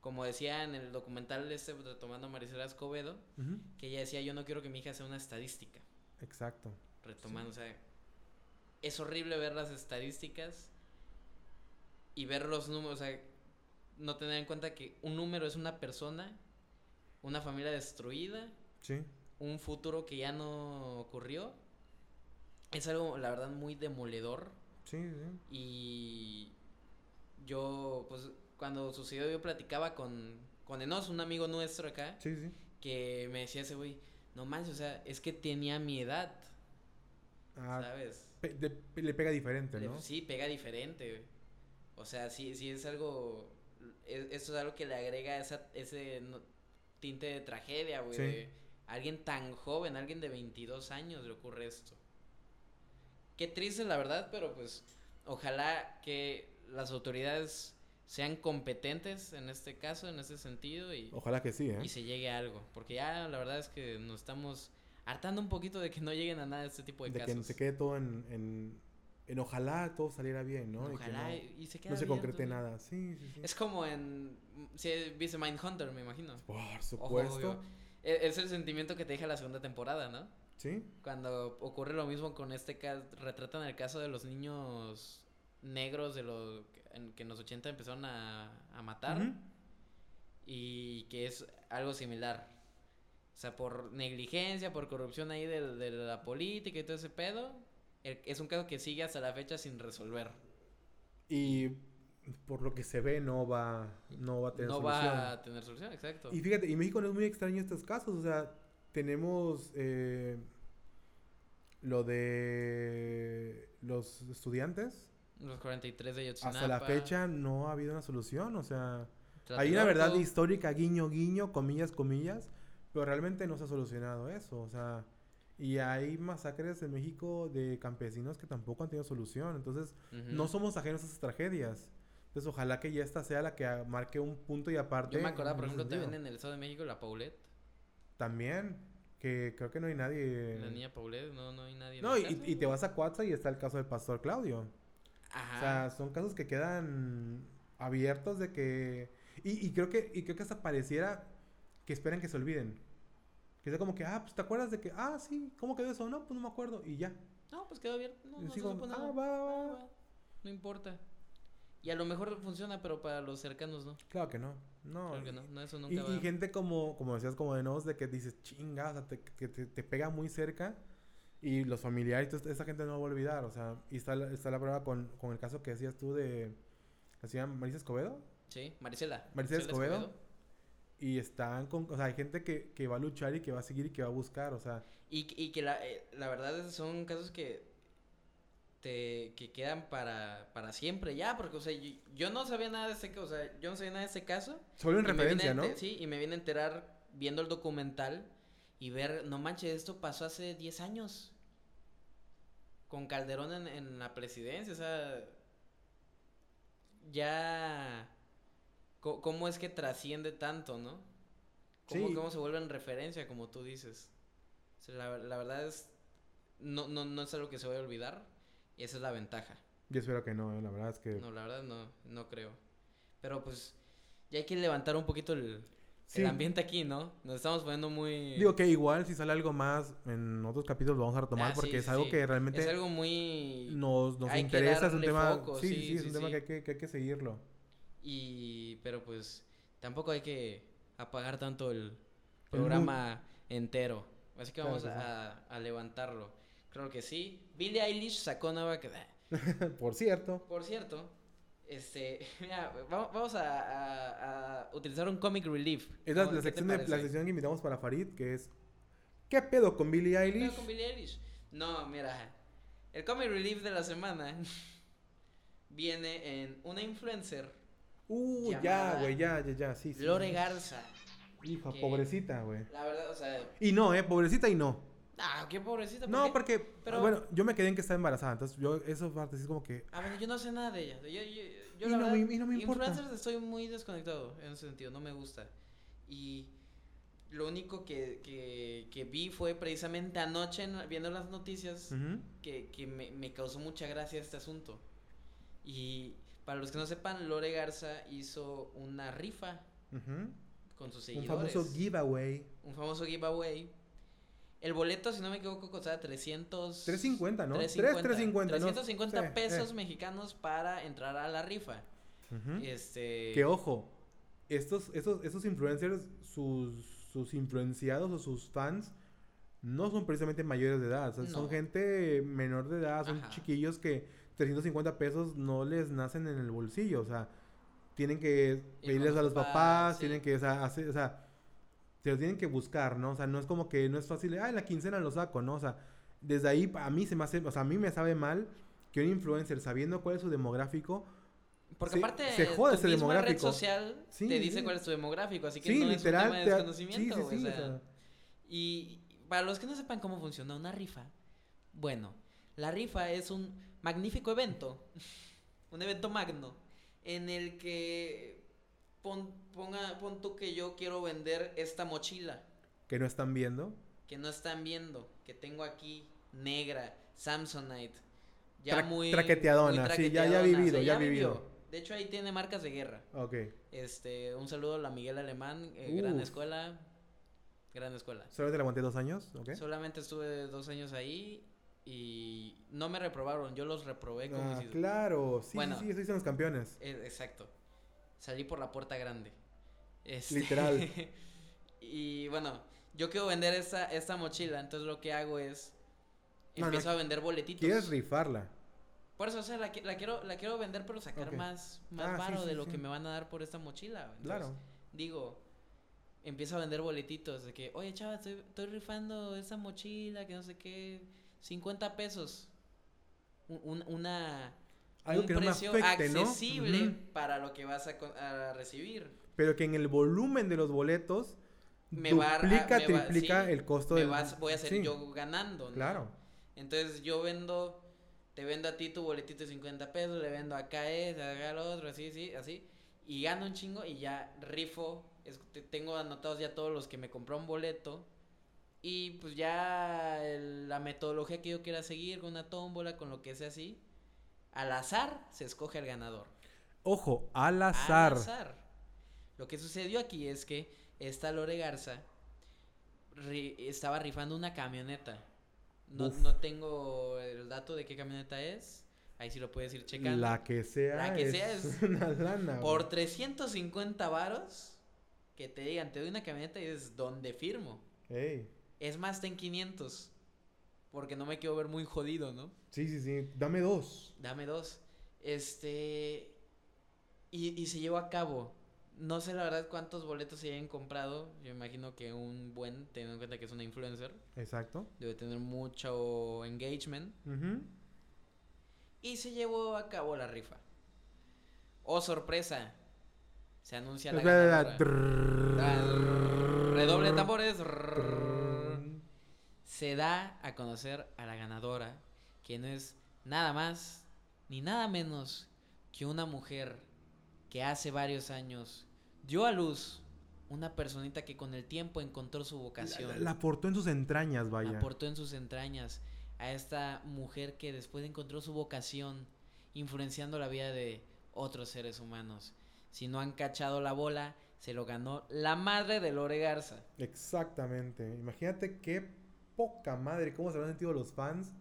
Como decía en el documental este retomando a Marisela Escobedo,
Ujú,
que ella decía, yo no quiero que mi hija sea una estadística.
Exacto.
retomando, o sea, es horrible ver las estadísticas y ver los números, o sea, no tener en cuenta que un número es una persona, una familia destruida,
Sí.
un futuro que ya no ocurrió. Es algo, la verdad, muy demoledor
Sí, sí.
y yo, pues, cuando sucedió yo platicaba con, con Enos, un amigo nuestro acá,
Sí, sí.
que me decía ese güey, no manches, o sea, es que tenía mi edad,
Ah,
¿sabes?
pe- de- pe- le pega diferente,
Le-
¿no?
Sí, pega diferente, güey. O sea, sí, sí es algo. e- Eso es algo que le agrega esa, ese no- tinte de tragedia, güey.
Sí.
de Alguien tan joven, alguien de 22 años le ocurre esto. Qué triste, la verdad, pero pues ojalá que las autoridades sean competentes en este caso, en este sentido, y,
Ojalá que sí, ¿eh?
y se llegue a algo. Porque ya la verdad es que nos estamos hartando un poquito de que no lleguen a nada este tipo de,
De,
casos.
que se quede todo en, en, en ojalá todo saliera bien, ¿no? Y que
Ojalá
no-
y, y se
no,
queda
se
viendo,
concrete
güey.
nada. Sí, sí, sí.
Es como en. Si viste Mindhunter, me imagino.
Por
Ojo,
supuesto.
obvio. E- Es el sentimiento que te deja la segunda temporada, ¿no?
Sí.
Cuando ocurre lo mismo con este caso. Retratan el caso de los niños negros de los que en los 80 empezaron a, a matar.
Ujú.
Y que es algo similar. O sea, por negligencia, por corrupción ahí de, de la política y todo ese pedo. el- es un caso que sigue hasta la fecha sin resolver.
Y por lo que se ve no va, no va a tener
No
solución.
va a tener solución, exacto.
Y fíjate, y México no es muy extraño en estos casos. O sea, tenemos eh, lo de los estudiantes.
Los 43 de Ayotzinapa.
Hasta la fecha no ha habido una solución. O sea, hay
Tlatelolco,
una verdad histórica, guiño, guiño, comillas, comillas, pero realmente no se ha solucionado eso. O sea, y hay masacres en México de campesinos que tampoco han tenido solución. Entonces,
ujú.
no somos ajenos a esas tragedias. Entonces, ojalá que ya esta sea la que a- marque un punto y aparte.
Yo me acordaba, por
en ese
ejemplo, también
sentido.
en el Estado de México, la Paulette.
También, que creo que no hay nadie.
La niña Paulette, no, no hay nadie. en
Eh. No,
el
y,
caso.
y te vas a Cuatza y está el caso del pastor Claudio.
Ajá.
O sea, son casos que quedan abiertos de que... Y, y creo que y creo que hasta pareciera que esperan que se olviden. Que sea como que, ah, pues te acuerdas de que, ah, sí, ¿cómo quedó eso? No, pues no me acuerdo. Y ya.
no, pues quedó abierto. No,
Y
no
así
se
como,
supo
ah,
nada.
va, va, va.
Ah, va. No importa. Y a lo mejor funciona, pero para los cercanos no.
Claro que no. No.
Claro que
y-
no. no, eso
Y,
nunca va.
y gente como, como decías, como de nos, de que dices, chinga, o sea, te, que te, te pega muy cerca. Y los familiares, entonces, esa gente no va a olvidar, o sea, y está, la- está la prueba con, con el caso que decías tú de, hacía Marisa Escobedo,
Sí, Maricela.
Maricela Escobedo. y están con, o sea, hay gente que, que va a luchar y que va a seguir y que va a buscar, o sea,
Y, que- y que la, eh, la verdad es- son casos que te que quedan para, para siempre ya, porque, o sea, yo, yo no sabía nada de este caso, o sea, yo no sabía nada de este caso.
se vuelven
Y me vine a
referencia, ¿no?
enter- Sí, y me vine a enterar viendo el documental y ver, no manches, esto pasó hace 10 años. Con Calderón en, en la presidencia, o sea. Ya. co- ¿Cómo es que trasciende tanto, no? ¿Cómo,
Sí.
cómo se vuelve en referencia, como tú dices? O sea, la, la verdad es. No, no, no es algo que se vaya a olvidar. Y esa es la ventaja.
Yo espero que no, eh, la verdad es que...
No, la verdad no, no creo. Pero pues ya hay que levantar un poquito el,
Sí.
el ambiente aquí, ¿no? Nos estamos poniendo muy...
Digo que igual si sale algo más en otros capítulos lo vamos a retomar
Ah, sí,
porque es
sí,
algo
sí.
que realmente
es algo muy...
nos, nos
hay que
interesa, es un
darle
tema...
foco,
sí, sí,
sí,
sí, es
sí,
un tema
sí.
que hay que, que hay que seguirlo.
Y... Pero pues tampoco hay que apagar tanto el programa entero. Así que
Claro
vamos
que sí.
a, a levantarlo. Claro que sí. Billie Eilish sacó nueva... que- ah.
Por cierto.
Por cierto, este, *laughs* mira, va- vamos a, a- a utilizar un comic relief.
Es la,
¿Cómo-
la
qué te
sección de- la
parece?
sección que invitamos para Farid, que es ¿Qué pedo con Billie
¿Qué pedo
Eilish?
con Billie Eilish? No, mira. El comic relief de la semana *laughs* viene en una influencer,
Uh, ya,
llamada
güey, ya, ya, ya, sí, sí.
Lore Garza.
Hija,
que-
pobrecita, güey.
La verdad, o sea,
Y no, eh, pobrecita y no.
ah, qué pobrecita.
No,
qué?
porque,
Pero-
bueno, yo me quedé en que está embarazada, entonces yo, eso parte es como que,
A ver, yo no sé nada de ella. Yo, yo, yo
Y
la
no me-
verdad,
y no me importa.
Influencers estoy muy desconectado en ese sentido, no me gusta. Y lo único que, que, que vi fue precisamente anoche en- viendo las noticias.
ujú,
que, que me, me causó mucha gracia este asunto. Y para los que no sepan, Lore Garza hizo una rifa
ujú,
con sus
un
seguidores.
famoso giveaway.
un famoso giveaway. El boleto, si no me equivoco, costaba 300...
350, ¿no?
350,
350, ¿no?
350
Sí,
pesos
eh. ¿Mm?
mexicanos para entrar a la rifa.
Ujú.
Este...
Que ojo, estos, estos, estos influencers, sus, sus influenciados o sus fans, no son precisamente mayores de edad. o sea, Son
No.
gente menor de edad, son
Ajá.
chiquillos que 350 pesos no les nacen en el bolsillo. O sea, tienen que
con
pedirles a
los
los
papás,
papás,
sí.
tienen que, o sea, hacer- o sea, se lo tienen que buscar, ¿no? O sea, no es como que no es fácil, ah, en la quincena lo saco, ¿no? O sea, desde ahí a mí se me hace, o sea, a mí me sabe mal que un influencer, sabiendo cuál es su demográfico,
Porque
se-
aparte
se jode
tu misma
ese
red
demográfico.
social
Sí,
te dice
sí.
cuál es tu demográfico, así que
sí,
no
literal,
es un tema de
te ha-
desconocimiento,
sí, sí,
güey,
sí,
o
o
sea,
sea,
Y para los que no sepan cómo funciona una rifa, bueno, la rifa es un magnífico evento, *laughs* un evento magno, en el que pon, ponga, pon tú que yo quiero vender esta mochila
que no están viendo.
que no están viendo, que tengo aquí negra, Samsonite, ya
Tra-
muy
traqueteadona,
muy
sí, ya- ya
traqueteadona,
vivido,
sí,
ya
vivió.
vivido.
De hecho ahí tiene marcas de guerra.
Ok.
Este, un saludo a la Miguel Alemán, eh, gran
Uf.
escuela, gran escuela.
Solamente la aguanté dos años, ¿ok?
Solamente estuve dos años ahí y no me reprobaron, yo los reprobé con
Ah,
mis-
claro, sí,
Bueno.
sí, sí, eso dicen los campeones.
Eh, exacto. Salí por la puerta grande. Este,
Literal.
*laughs* y bueno, yo quiero vender esta, esta mochila, entonces lo que hago es
No, no,
empiezo a vender boletitos.
Quieres rifarla.
Por eso, o sea, la, qui- la quiero la quiero vender pero sacar
Ok.
más más
Ah, sí,
varo
sí,
de lo
sí.
que me van a dar por esta mochila. Entonces,
Claro.
Digo, empiezo a vender boletitos de que, "Oye, chava, estoy, estoy rifando esa mochila, que no sé qué, 50 pesos." Un- un- una
Algo
un
que no me
precio
afecte, ¿no?
accesible
Ujú.
para lo que vas a, co- a recibir.
Pero que en el volumen de los boletos
Me va a-
duplica,
me va-
triplica
sí,
el costo
me
del.
vas- voy a hacer
sí,
yo ganando. ¿no?
Claro.
Entonces yo vendo, te vendo a ti tu boletito de 50 pesos, le vendo acá ese, acá el otro, así, sí, así. Y gano un chingo y ya rifo. es- te- tengo anotados ya todos los que me compró un boleto. Y pues ya el- la metodología que yo quiera seguir, con una tómbola, con lo que sea así, al azar se escoge el ganador.
Ojo, al azar.
al azar. Lo que sucedió aquí es que esta Lore Garza ri- estaba rifando una camioneta. No,
Uf.
no tengo el dato de qué camioneta es. Ahí sí lo puedes ir checando.
La que sea.
La que
es
sea es-
*laughs* Una lana.
Por
güey.
350 varos que te digan, te doy una camioneta y dices, ¿dónde firmo?
Ey,
Es más, ten 500. Porque no me quiero ver muy jodido, ¿no?
Sí, sí, sí. Dame dos.
Dame dos. Este. Y, y se llevó a cabo. No sé la verdad cuántos boletos se hayan comprado. Yo imagino que un buen, teniendo en cuenta que es una influencer,
Exacto.
debe tener mucho engagement.
Ujú.
Y se llevó a cabo la rifa. Oh, sorpresa. Se anuncia la
Espera,
ganadora.
trrr.
Tan. Redoble de tambores.
Trrr.
se da a conocer a la ganadora, quien es nada más ni nada menos que una mujer que hace varios años dio a luz una personita que con el tiempo encontró su vocación,
La, la portó en sus entrañas, vaya.
aportó en sus entrañas a esta mujer que después encontró su vocación, influenciando la vida de otros seres humanos. Si no han cachado la bola, se lo ganó la madre de Lore Garza.
Exactamente. Imagínate qué poca madre, cómo se habrán sentido los fans.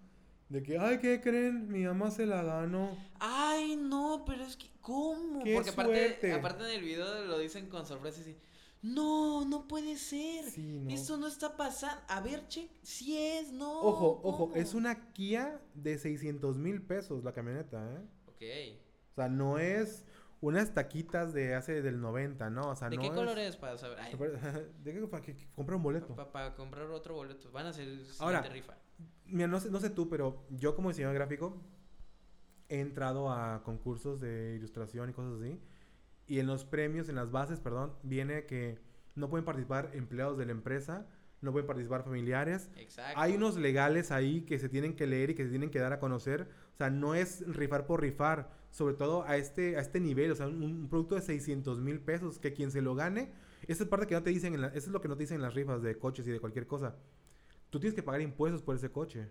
De que, ay, ¿qué creen? Mi mamá se la ganó.
Ay, no, pero es que, ¿cómo?
¡Qué
Porque aparte,
suerte!
aparte en el video lo dicen con sorpresa y no, no puede ser.
Sí, no.
Esto no está pasando. A ver, che, si es, no.
Ojo, ojo,
¿cómo?
es una Kia de 600 mil pesos la camioneta, ¿eh?
Ok. ¿De
O sea, no es unas taquitas de hace del 90, ¿no? O sea, Ah, no
qué
es...
color es para saber? Ay,
*laughs* ¿De qué? *laughs* ¿Para que que compre un boleto?
pa- para comprar otro boleto. Van a hacer siguiente
Ahora.
rifa.
Mira, no sé, no sé tú, pero yo como diseñador gráfico he entrado a concursos de ilustración y cosas así. Y en los premios, en las bases, perdón, viene que no pueden participar empleados de la empresa, no pueden participar familiares.
Exacto.
Hay unos legales ahí que se tienen que leer y que se tienen que dar a conocer. O sea, no es rifar por rifar, sobre todo a este, a este nivel. O sea, un, un producto de 600 mil pesos, que quien se lo gane, esa es parte que no te dicen, en la- eso es lo que no te dicen en las rifas de coches y de cualquier cosa. Tú tienes que pagar impuestos por ese coche.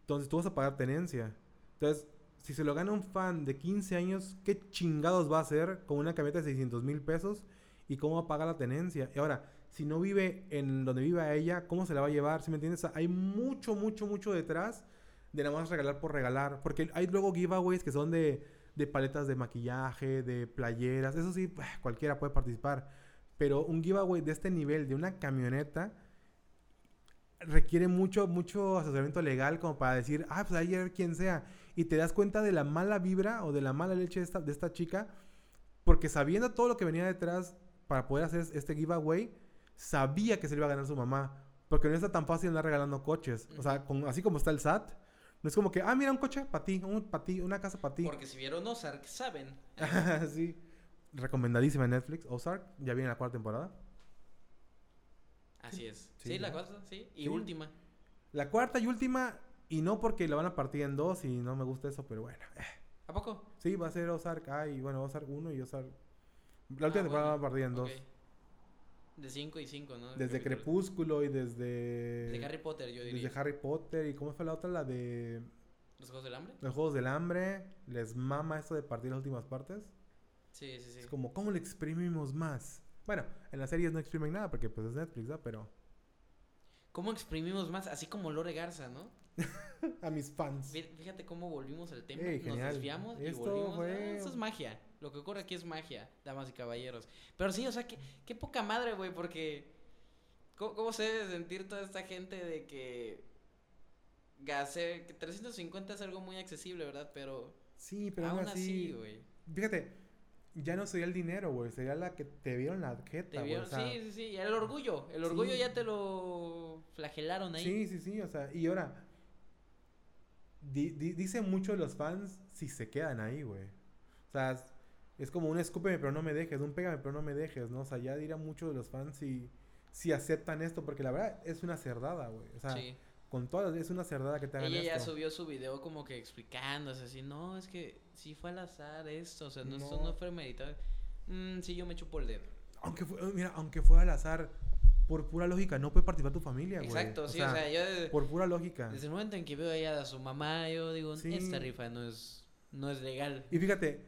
Entonces tú vas a pagar tenencia. Entonces, si se lo gana un fan de 15 años, ¿qué chingados va a hacer con una camioneta de 600 mil pesos? ¿Y cómo va a pagar la tenencia? Y ahora, si no vive en donde viva ella, ¿cómo se la va a llevar? ¿Sí me entiendes? O sea, hay mucho, mucho, mucho detrás de nada más regalar por regalar. Porque hay luego giveaways que son de, de paletas de maquillaje, de playeras. Eso sí, pues, cualquiera puede participar. Pero un giveaway de este nivel, de una camioneta, requiere mucho, mucho asesoramiento legal como para decir, ah, pues ayer quien sea. Y te das cuenta de la mala vibra o de la mala leche de esta, de esta chica Porque sabiendo todo lo que venía detrás para poder hacer este giveaway, sabía que se le iba a ganar su mamá. Porque no está tan fácil andar regalando coches. O sea, con- así como está el SAT, no es como que, ah, mira, un coche para ti, un para ti, una casa para ti. *laughs* Ah,
Porque si vieron Ozark, saben.
sí. Recomendadísima en Netflix, Ozark. Ya viene la cuarta temporada.
Así es. Sí,
Sí,
la
ya.
cosa, sí. Y
Sí.
última.
La cuarta y última, y no porque la van a partir en dos y no me gusta eso, pero bueno. *laughs*
¿A poco?
Sí, va a ser Ozark A y bueno, Ozark 1 y Ozark...
Ah,
La última temporada
bueno,
va a partir en
ok.
dos.
De 5 y 5, ¿no?
Desde
Capítulos.
Crepúsculo y desde...
De Harry Potter, yo diría.
Desde Harry Potter y cómo fue la otra, la de
¿Los Juegos del Hambre?
los Juegos del Hambre. Les mama esto de partir las últimas partes.
Sí, sí, sí.
Es como, ¿cómo le exprimimos más? Bueno, en las series no exprimen nada porque pues es Netflix, ¿verdad? Pero
¿Cómo exprimimos más? Así como Lore Garza, ¿no?
a mis fans.
Fí- Fíjate cómo volvimos al tema,
Ey,
nos
genial.
desviamos y
Esto
volvimos.
fue-
Ah, eso es magia. Lo que ocurre aquí es magia, damas y caballeros. Pero sí, o sea, qué, qué poca madre, güey, porque. ¿cómo, cómo se debe sentir toda esta gente de que. Gase, que 350 es algo muy accesible, ¿verdad? Pero.
Sí, pero
aún
aún
así,
así...
güey.
Fíjate, ya no sería el dinero, güey. Sería la que te vieron la
Te
jeta, güey.
vieron,
o sea,
sí, sí, sí. y El orgullo. El orgullo
Sí.
ya te lo flagelaron ahí.
Sí, sí, sí, o sea, y ahora, di- di- dice mucho los fans si se quedan ahí, güey. O sea, es, es como un escúpeme pero no me dejes, un pégame pero no me dejes, ¿no? O sea, ya dirá mucho de los fans si, si aceptan esto, porque la verdad es una cerdada, güey. O sea,
Sí.
con todas, es una cerdada que te hagan
Ella ya
esto.
subió su video como que explicándose así, no, es que sí fue al azar esto, o sea, no, esto
No.
no fue meditado. Mm, sí, yo me chupo el dedo.
Aunque fue, mira, aunque fue al azar, por pura lógica, no puede participar tu familia, güey.
Exacto, sí, o sea, yo desde,
por pura lógica.
desde el momento en que veo allá a su mamá, yo digo,
Sí.
esta rifa no es, no es legal.
Y fíjate,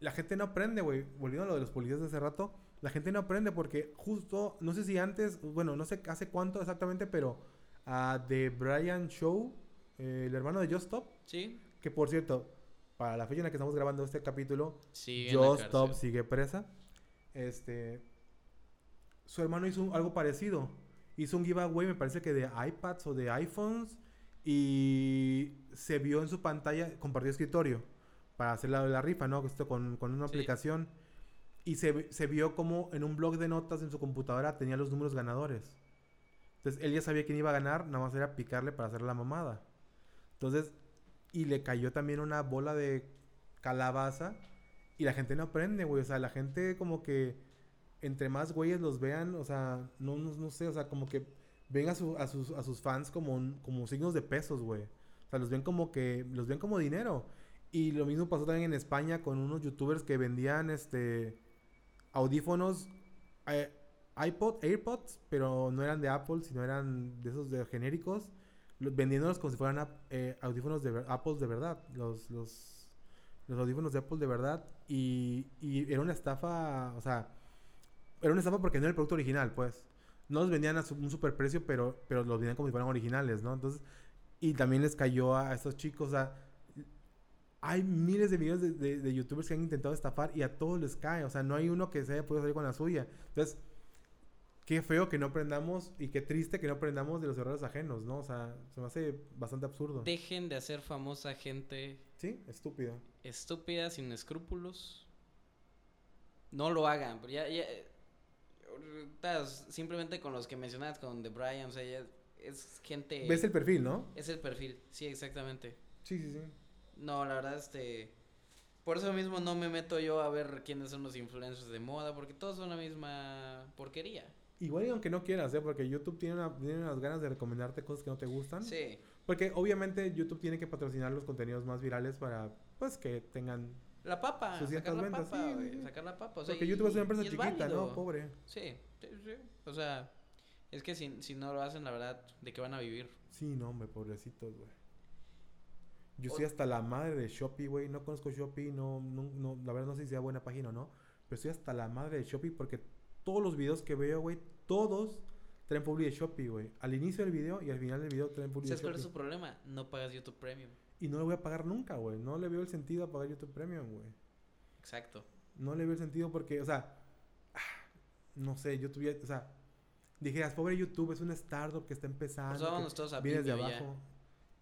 la gente no aprende, güey. Volviendo a lo de los policías de hace rato, la gente no aprende porque justo, no sé si antes, bueno, no sé hace cuánto exactamente, pero ah, de Brian Show, eh, el hermano de Just Stop,
¿Sí?
que por cierto, para la fecha en la que estamos grabando este capítulo,
Sí, en la
Just
cárcel.
Stop sigue presa. Este, su hermano hizo un- algo parecido. Hizo un giveaway, me parece que de iPads o de iPhones. Y se vio en su pantalla, compartió escritorio para hacer la, la rifa, ¿no? Esto con, con una
Sí.
aplicación. Y se, vi- se vio como en un blog de notas en su computadora tenía los números ganadores. Entonces él ya sabía quién iba a ganar, nada más era picarle para hacer la mamada. Entonces, y le cayó también una bola de calabaza. Y la gente no aprende, güey. O sea, la gente como que entre más güeyes los vean, o sea, no, no, no sé, o sea, como que ven a, su- a sus, a sus fans como, un- como signos de pesos, güey. O sea, los ven como que, los ven como dinero. Y lo mismo pasó también en España con unos youtubers que vendían, este, audífonos, eh, iPod, AirPods, pero no eran de Apple, sino eran de esos de genéricos, los- vendiéndolos como si fueran ap- eh, audífonos de ver- Apple de verdad, los, los, los audífonos de Apple de verdad. Y, y era una estafa, o sea, era una estafa porque no era el producto original, pues. No los vendían a su- un superprecio, pero, pero los vendían como si fueran originales, ¿no? Entonces, y también les cayó a, a estos chicos, o sea, hay miles de videos de, de- de youtubers que han intentado estafar y a todos les cae, o sea, no hay uno que se haya podido salir con la suya. Entonces, qué feo que no aprendamos y qué triste que no aprendamos de los errores ajenos, ¿no? O sea, se me hace bastante absurdo.
Dejen de hacer famosa gente
Sí, estúpido.
estúpida, sin escrúpulos. No lo hagan. pero Ya, ya, eh, ahorita, simplemente con los que mencionas, con The Brian, o sea, ya es gente...
¿Ves el perfil, no?
Es el perfil, sí, exactamente.
Sí, sí, sí.
No, la verdad, este. Por eso mismo no me meto yo a ver quiénes son los influencers de moda, porque todos son la misma porquería.
Igual y aunque no quieras, ¿eh? Porque YouTube tiene, una- tiene unas ganas de recomendarte cosas que Ah, no te gustan.
Sí,
Porque obviamente YouTube tiene que patrocinar los contenidos más virales para, pues, que tengan...
la papa,
Sus
sacar la
ciertas ventas,
papa,
sí,
güey,
sí, sí.
sacar la papa. O sea,
porque
y-
YouTube es una empresa
y
chiquita, ¿no?
válido.
Pobre.
Sí, sí, sí. O sea, es que si, si no lo hacen, la verdad, ¿de qué van a vivir?
Sí, no, hombre, pobrecitos, güey. Yo
Ot-
soy hasta la madre de Shopee, güey. No conozco Shopee, no, no, no, la verdad no sé si sea buena página o no. Pero soy hasta la madre de Shopee porque todos los videos que veo, güey, todos traen publi de Shopee, güey. Al inicio del video y al final del video traen publi de
¿Sabes cuál es
Shopee.
su problema? No pagas YouTube Premium.
Y no lo voy a pagar nunca, güey. No le veo el sentido a pagar YouTube Premium, güey.
Exacto.
No le veo el sentido porque, o sea, ah, no sé, yo tuviera, o sea, dijeras, pobre YouTube, es un startup que está
Por
empezando.
eso
Ah, que
Pues vámonos todos a
vienes de
Vimeo ya.
abajo.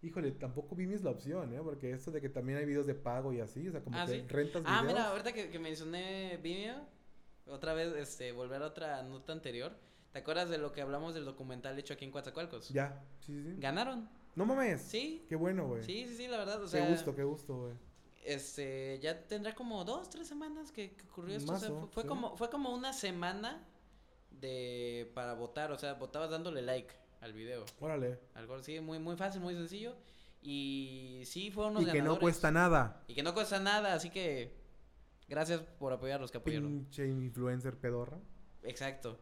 Híjole, tampoco vi mis la opción, ¿eh? Porque esto de que también hay videos de pago y así, o sea, como
Ah,
que
¿sí?
rentas
Ah,
videos.
mira, ahorita que, que mencioné Vimeo, otra vez, este, volver a otra nota anterior. ¿Te acuerdas de lo que hablamos del documental hecho aquí en Coatzacoalcos?
Ya, sí, sí, sí.
Ganaron.
No mames.
Sí.
Qué bueno, güey.
Sí, sí, sí, la verdad. O sea,
qué gusto, qué gusto, güey.
este, ya tendrá como dos, tres semanas que, que ocurrió esto. o sea,
Mazo,
fue, fue
sí.
como, fue como una semana de para votar. O sea, votabas dándole like al video.
Órale.
Algo así, muy, muy fácil, muy sencillo. Y sí, fueron unos
Y que no
ganadores.
cuesta nada.
Y que no cuesta nada, así que gracias por apoyar a los que apoyaron.
Pinche influencer pedorra.
Exacto.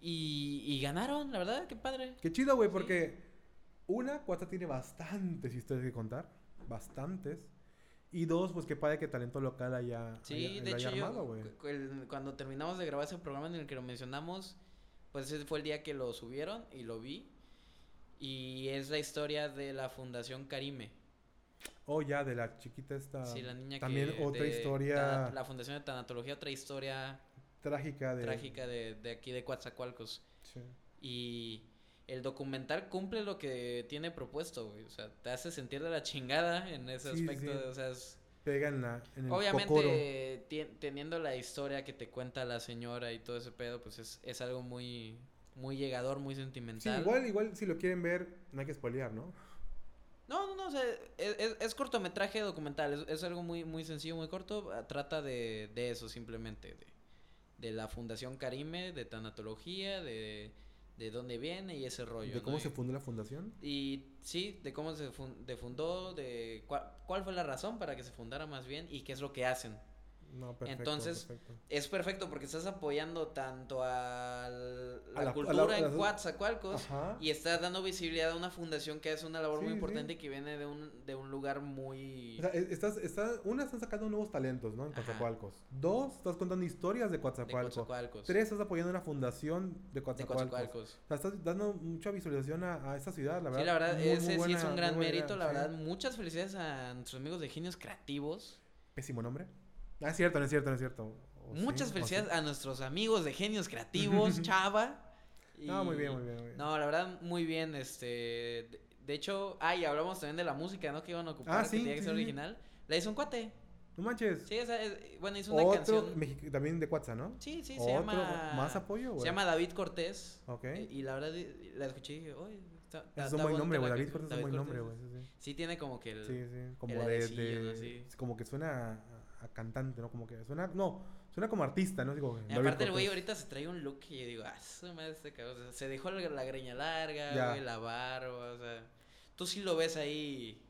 Y, y ganaron, la verdad, qué padre.
Qué chido, güey,
Sí.
porque una, Cuata tiene bastantes historias que contar. Bastantes. Y dos, pues qué padre que talento local haya,
Sí,
haya-
de
lo
hecho
haya
yo,
armado, güey.
cu- el- cuando terminamos de grabar ese programa en el que lo mencionamos, pues ese fue el día que lo subieron y lo vi. Y es la historia de la Fundación Karime.
Oh, ya, de la chiquita esta.
sí, la niña
Ah, También
que...
otra
de
historia
tana- La Fundación de Tanatología, otra historia
trágica de.
trágica de, de aquí de Coatzacoalcos.
Sí.
Y el documental cumple lo que tiene propuesto, güey. O sea, te hace sentir de la chingada en ese
Sí, sí,
aspecto.
sí.
O sea, es-
Pega en, la, en el cocoro.
obviamente tien- teniendo la historia que te cuenta la señora y todo ese pedo, pues es, es algo muy, muy llegador, muy
Sí,
sentimental.
igual, igual, si lo quieren ver, no hay que spoilear, ¿no?
No, no, no, o sea, es, es- es cortometraje documental, es, es algo muy, muy sencillo, muy corto, ah, trata de, de eso simplemente, de, de la Fundación Karime, de tanatología, de, de dónde viene y ese rollo.
de
¿no?
cómo
Y-
se fundó la fundación.
Y sí, de cómo se fun- de fundó, de cua- cuál fue la razón para que se fundara más bien y qué es lo que hacen.
No, perfecto.
Entonces,
perfecto.
Es perfecto porque estás apoyando tanto al- a la,
la- a la-
cultura
a
en
las-
Coatzacoalcos
Ajá.
y estás dando visibilidad a una fundación que hace una labor
Sí,
muy
sí.
importante y que viene de un, de un lugar muy...
O sea, e- estás, está- una, están sacando nuevos talentos, ¿no? En
Ajá.
Coatzacoalcos. Dos, estás contando historias de
de
Coatzacoalcos.
Coatzacoalcos.
Tres, estás apoyando una fundación de
de
Coatzacoalcos.
Coatzacoalcos.
O sea, estás dando mucha visualización a, a esta ciudad, la verdad.
Sí, la verdad,
Muy, muy
ese sí
buena-
es un
muy
gran
buena idea,
mérito, la
sí.
verdad. Muchas felicidades a nuestros amigos de Genios Creativos.
Pésimo nombre. Ah, es cierto, no es cierto, no es cierto. O
Muchas
Pues sí, o
felicidades a nuestros amigos de Genios
*laughs*
Creativos, Chava.
sí. No, muy bien,
y-
muy bien, muy bien.
No, la verdad, muy bien, este... De, de hecho, ah, y hablamos también de la música, ¿no? Que iban a ocupar,
Ah,
que
sí,
tenía que
sí,
ser
sí.
original. La hizo un cuate.
No manches.
Sí, esa es- bueno, hizo una
Otro,
canción...
mexi- también de Coatza, ¿no?
Sí, sí, se
Otro,
llama...
Más apoyo, güey.
Se llama David Cortés.
Ok.
eh, Y la verdad, eh, la escuché y dije, oye, está, está-
Ese es
está
un buen
bonita
nombre,
la
güey. David
canción".
Cortés es un buen nombre,
Cortés,
güey. Sí, sí.
Sí, tiene como que el...
Sí, sí, como
el
de,
airecillo, ¿no?
de-
Sí.
como que suena a, a cantante, ¿no? Como que suena, no, suena como artista, ¿no? Digo,
Y
David
Aparte el güey
Cortés.
ahorita se trae un look que yo digo, ah, su madre este cabrón", o sea, se dejó la, la greña larga,
Ya.
güey, la barba, o sea, tú sí lo ves ahí,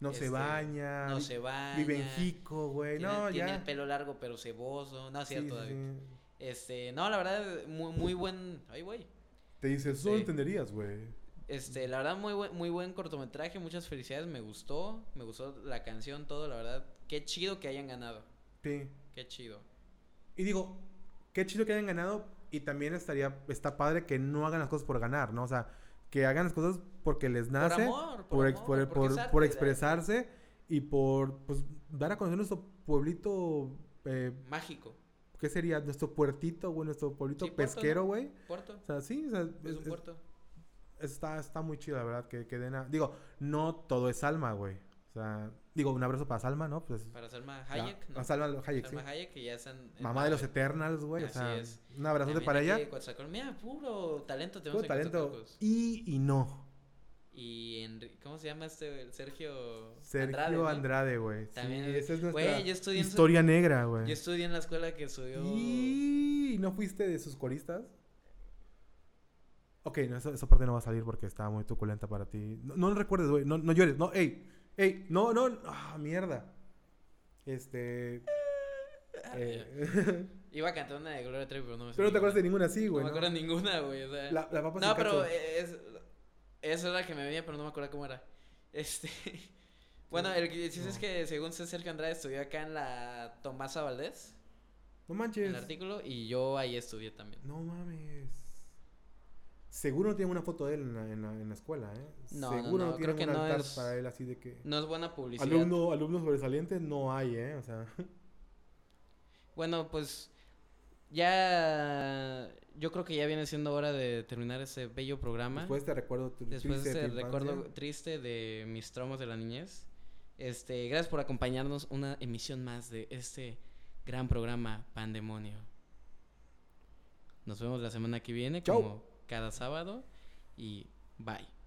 no se
este,
baña,
no
Ah, vi-
se baña.
vive en Jico, güey,
Tiene,
no,
tiene
ya.
el pelo largo pero ceboso, no es
Sí,
cierto,
sí,
David.
sí.
Este, no, la verdad, muy, muy buen, ay, güey,
Te dice, eso no
Sí.
entenderías, güey.
este, la verdad, muy buen, muy buen cortometraje, muchas felicidades, me gustó, me gustó la canción, todo, la verdad, qué chido que hayan ganado,
Sí.
qué chido.
Y digo, qué chido que hayan ganado y también estaría, está padre que no hagan las cosas por ganar, ¿no? O sea, que hagan las cosas porque les nace.
por amor,
¿Ah, por,
por,
ex-
amor, porque
por- por-
es arte,
por
la-
expresarse y por pues, dar a conocer nuestro pueblito, eh,
Mágico,
¿qué sería? Nuestro puertito, güey, nuestro pueblito
Sí, puerto,
pesquero,
¿no?
güey.
puerto,
O sea, sí, o sea,
es
es-
un
es-
puerto.
está, está muy chido, la verdad, que, que den a- Digo, no todo es Salma, güey. O sea, digo, un abrazo para Salma, ¿no? Pues,
Para Salma
ya.
Hayek, ¿no?
A Salma Hayek, sí.
Salma Hayek, que ya están... en
Mamá de los
Marvel.
Eternals, güey. O
Así
sea,
es.
un abrazote
También
para
aquí
ella.
de Coatzacoalcos. Mira, puro talento tenemos
Todo
en
talento.
Coatzacoalcos.
Y, y no.
Y Enri- ¿Cómo se llama este? el Sergio
Sergio
¿no?
Andrade, güey. Sí,
También-
esa es nuestra
Güey, yo estudié en su-
historia negra, güey.
Yo estudié en la escuela que estudió...
¿Y no fuiste de sus coristas? Ok, no, eso- esa parte no va a salir porque estaba muy truculenta para ti. No, no lo recuerdes, güey. No, no llores. No, ey. Ey, no, no. Ah, mierda. Este. eh, *laughs*
Iba a cantar una de Gloria Trevi, pero no me sé
pero no te acuerdas de ninguna así,
No
güey.
me
¿no?
acuerdo de ninguna, güey. o sea.
La, la papa
No,
sin
pero
cacho.
eh, es... Esa era la que me venía, pero no me acuerdo cómo era. Este... *laughs* Bueno, el que dices es
No.
que según sé, Sergio Andrade estudió acá en la Tomasa Valdés,
no
en el
manches.
artículo, y yo ahí estudié también.
No mames. Seguro no tiene una foto de él en la, en la, en la escuela, ¿eh?
No, no,
Seguro
no, creo
tienen
que
un
no
altar
es-
para él así de que.
No es buena publicidad.
Alumno, alumno sobresaliente no hay, ¿eh? O sea.
Bueno, pues Ya. Yo creo que ya viene siendo hora de terminar ese bello programa.
Después te recuerdo tu
Después de
triste
ese
de tu
recuerdo
infancia.
triste de mis traumas de la niñez. Este, gracias por acompañarnos una emisión más de este gran programa Pandemonio. Nos vemos la semana que viene,
Chau.
como cada sábado. Y bye.